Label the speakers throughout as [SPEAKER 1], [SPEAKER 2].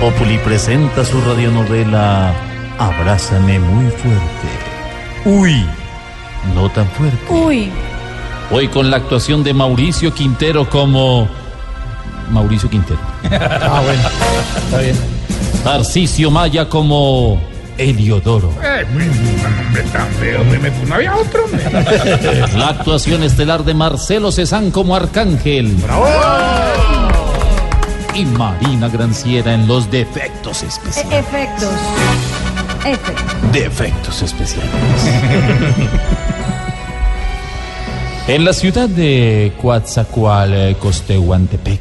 [SPEAKER 1] Populi presenta su radionovela Abrázame muy fuerte. Uy, no tan fuerte.
[SPEAKER 2] Uy,
[SPEAKER 1] Hoy con la actuación de Mauricio Quintero como Mauricio Quintero.
[SPEAKER 3] Ah, bueno, está bien.
[SPEAKER 1] Tarcisio Maya como Eliodoro.
[SPEAKER 4] Eh, muy- hombre, tan feo, hombre, me no había otro, hombre.
[SPEAKER 1] La actuación estelar de Marcelo Cezán como Arcángel. Y Marina Granciera en los defectos especiales.
[SPEAKER 2] e- efectos. Efectos.
[SPEAKER 1] Defectos especiales. en la ciudad de Coatzacoalcos-Tehuantepec,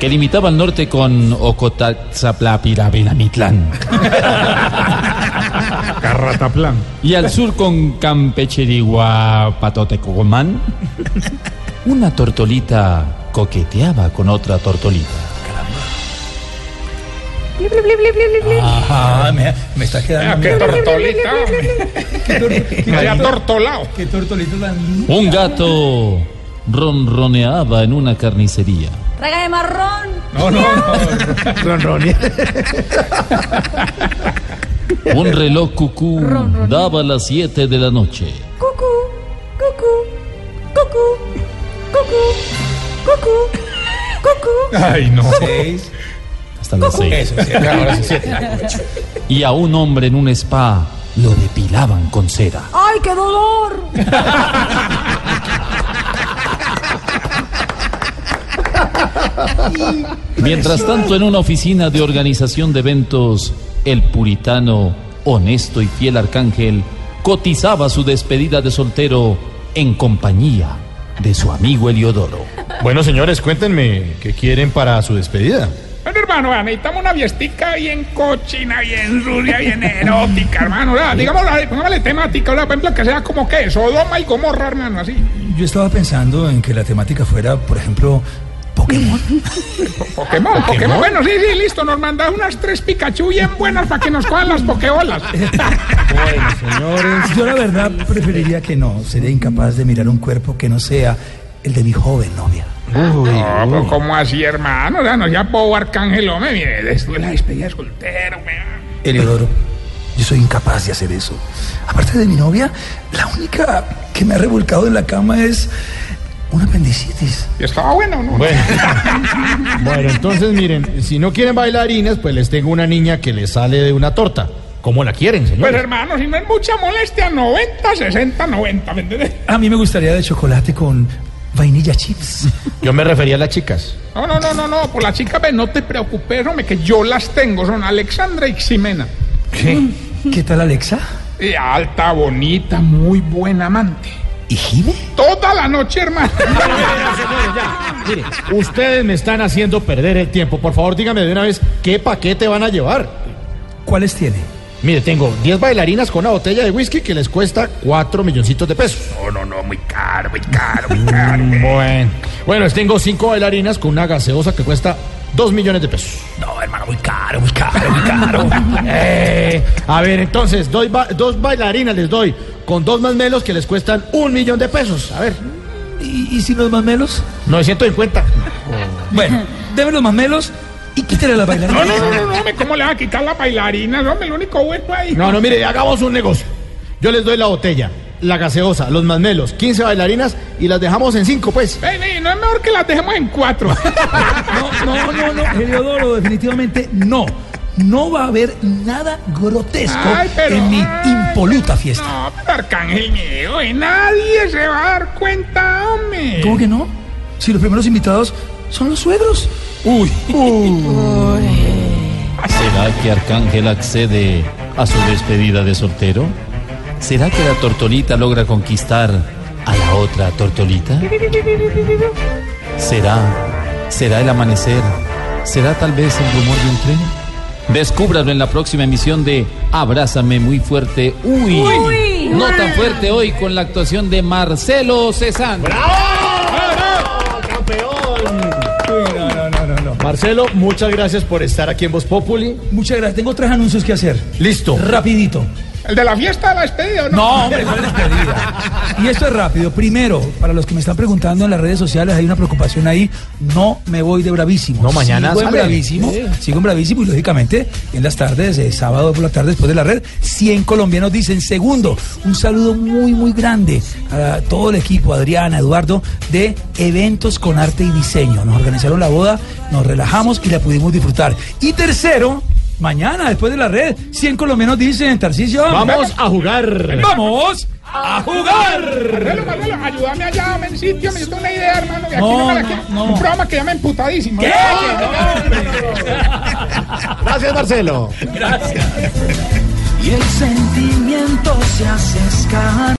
[SPEAKER 1] que limitaba al norte con Ocotazaplapirabelamitlán
[SPEAKER 4] Carrataplán.
[SPEAKER 1] y al sur con Campechiriguapatotecomán, una tortolita coqueteaba con otra tortolita.
[SPEAKER 2] Bli, bli, bli, bli, bli, bli.
[SPEAKER 3] Ajá, me, me está
[SPEAKER 4] Ah,
[SPEAKER 3] quedando.
[SPEAKER 4] qué tortolita, hombre.
[SPEAKER 3] qué, tor- qué
[SPEAKER 4] Me había
[SPEAKER 3] tortolito-
[SPEAKER 4] tortolado.
[SPEAKER 3] qué tortolito tan lindo.
[SPEAKER 1] Un gato ronroneaba en una carnicería.
[SPEAKER 2] Traga de marrón.
[SPEAKER 3] No, no, no.
[SPEAKER 1] Un reloj cucú daba las 7 de la noche.
[SPEAKER 2] Cucú. Cucú. Cucú. Cucú. Cucú. Cucú.
[SPEAKER 4] Ay, no.
[SPEAKER 3] Seis.
[SPEAKER 1] Hasta las 6.
[SPEAKER 3] Eso, siete. Ahora sí, siete.
[SPEAKER 1] Y a un hombre en un spa lo depilaban con cera.
[SPEAKER 2] ¡Ay, qué dolor!
[SPEAKER 1] Mientras tanto, en una oficina de organización de eventos, el puritano, honesto y fiel arcángel cotizaba su despedida de soltero en compañía de su amigo Eliodoro.
[SPEAKER 5] Bueno, señores, cuéntenme qué quieren para su despedida.
[SPEAKER 4] Bueno, hermano, vea, necesitamos una fiestica bien cochina, bien sucia, bien erótica, hermano. vea, digamos, vea, pongámosle temática, vea, por ejemplo, que sea como que Sodoma y Gomorra, hermano, así.
[SPEAKER 3] Yo estaba pensando en que la temática fuera, por ejemplo, Pokémon.
[SPEAKER 4] Pokémon, Pokémon. Bueno, sí, sí, listo. Nos manda unas tres Pikachu bien buenas para que nos cojan las Pokébolas.
[SPEAKER 3] Bueno, señores. Yo la verdad preferiría que no. Sería incapaz de mirar un cuerpo que no sea el de mi joven novia.
[SPEAKER 4] No, pero ¿cómo así, hermano? O sea, no sea bobo arcángel, hombre. Mire, estuve la despedida de soltero, vea.
[SPEAKER 3] Eliodoro, yo soy incapaz de hacer eso. Aparte de mi novia, la única que me ha revolcado en la cama es una apendicitis.
[SPEAKER 4] Y estaba bueno, ¿no?
[SPEAKER 5] Bueno. Bueno, entonces miren, si no quieren bailarinas, pues les tengo una niña que les sale de una torta. ¿Cómo la quieren,
[SPEAKER 4] Pues
[SPEAKER 5] señores?
[SPEAKER 4] hermano, si no es mucha molestia, 90, 60, 90, ¿me entiendes?
[SPEAKER 3] A mí me gustaría de chocolate con vainilla chips.
[SPEAKER 5] Yo me refería a las chicas.
[SPEAKER 4] No, no, no, no, no, por las chicas, ve, no te preocupes, hombre, que yo las tengo, son Alexandra y Ximena.
[SPEAKER 3] ¿Qué tal, Alexa?
[SPEAKER 4] Y alta, bonita, muy buena amante.
[SPEAKER 3] ¿Y Jime?
[SPEAKER 4] Toda la noche, hermano.
[SPEAKER 5] Miren, ustedes me están haciendo perder el tiempo. Por favor, díganme de una vez qué paquete van a llevar.
[SPEAKER 3] ¿Cuáles tiene?
[SPEAKER 5] Mire, tengo 10 bailarinas con una botella de whisky que les cuesta 4 milloncitos de pesos.
[SPEAKER 4] No, no, no, muy caro, muy caro, muy caro. ve.
[SPEAKER 5] Bueno, bueno, les tengo 5 bailarinas con una gaseosa que cuesta 2 millones de pesos.
[SPEAKER 3] No, hermano, muy caro, muy caro, muy caro.
[SPEAKER 5] Eh, a ver, entonces, doy ba- dos bailarinas les doy, con dos melos que les cuestan un millón de pesos. A ver,
[SPEAKER 3] ¿Y, y sin los mamelos?
[SPEAKER 5] 950.
[SPEAKER 3] Bueno, deme los mamelos y quítale la
[SPEAKER 4] No,
[SPEAKER 3] bailarina.
[SPEAKER 4] no, no, no, no, hombre, ¿cómo le va a quitar la bailarina? No, hombre, el único bueno ahí.
[SPEAKER 5] No, no, mire, hagamos un negocio. Yo les doy la botella, la gaseosa, los melos, 15 bailarinas y las dejamos en 5, pues.
[SPEAKER 4] Ven, ey, no es mejor que las dejemos en cuatro.
[SPEAKER 3] No, no, no, no, Heliodoro, definitivamente no. No va a haber nada grotesco
[SPEAKER 4] Ay, pero-
[SPEAKER 3] en mi
[SPEAKER 4] ay,
[SPEAKER 3] impoluta fiesta.
[SPEAKER 4] No, pero Arcángel Niego, y nadie se va a dar cuenta, hombre.
[SPEAKER 3] ¿Cómo que no? Si los primeros invitados son los suegros. Uy.
[SPEAKER 1] ¿Será que Arcángel accede a su despedida de soltero? ¿Será que la tortolita logra conquistar a la otra tortolita? ¿Será? ¿Será el amanecer? ¿Será tal vez el rumor de un tren? Descúbralo en la próxima emisión de Abrázame muy fuerte. Uy,
[SPEAKER 2] Uy.
[SPEAKER 1] no tan fuerte hoy con la actuación de Marcelo Cezán.
[SPEAKER 5] No, no, no, no, no. Marcelo, muchas gracias por estar aquí en Voz Populi.
[SPEAKER 3] Muchas gracias. Tengo tres anuncios que hacer.
[SPEAKER 5] Listo.
[SPEAKER 3] Rapidito.
[SPEAKER 4] ¿El de la fiesta de la despedida o no?
[SPEAKER 3] No, hombre, no es despedida. Y esto es rápido. Primero, para los que me están preguntando en las redes sociales, hay una preocupación ahí. No me voy de bravísimo.
[SPEAKER 5] No, mañana
[SPEAKER 3] Sigo en
[SPEAKER 5] sale.
[SPEAKER 3] bravísimo.
[SPEAKER 5] Sí.
[SPEAKER 3] Sigo en bravísimo y lógicamente en las tardes, eh, sábado por la tarde después de la red, 100 colombianos dicen. Segundo, un saludo muy, muy grande a todo el equipo, Adriana, Eduardo, de Eventos con Arte y Diseño. Nos organizaron la boda, nos relajamos y la pudimos disfrutar. Y tercero, mañana después de la red, 100 colombianos dicen, Tarcisio.
[SPEAKER 5] Vamos a jugar.
[SPEAKER 3] Vamos a jugar.
[SPEAKER 4] Manuelo, Manuelo, ayúdame allá, dame el sitio, me dio una idea, hermano. que aquí
[SPEAKER 3] No,
[SPEAKER 4] no, me la
[SPEAKER 3] no,
[SPEAKER 4] quiero.
[SPEAKER 3] no.
[SPEAKER 4] Un programa que llama emputadísimo.
[SPEAKER 3] ¿Qué?
[SPEAKER 5] Gracias, Marcelo.
[SPEAKER 3] Y el sentimiento se hace escalar.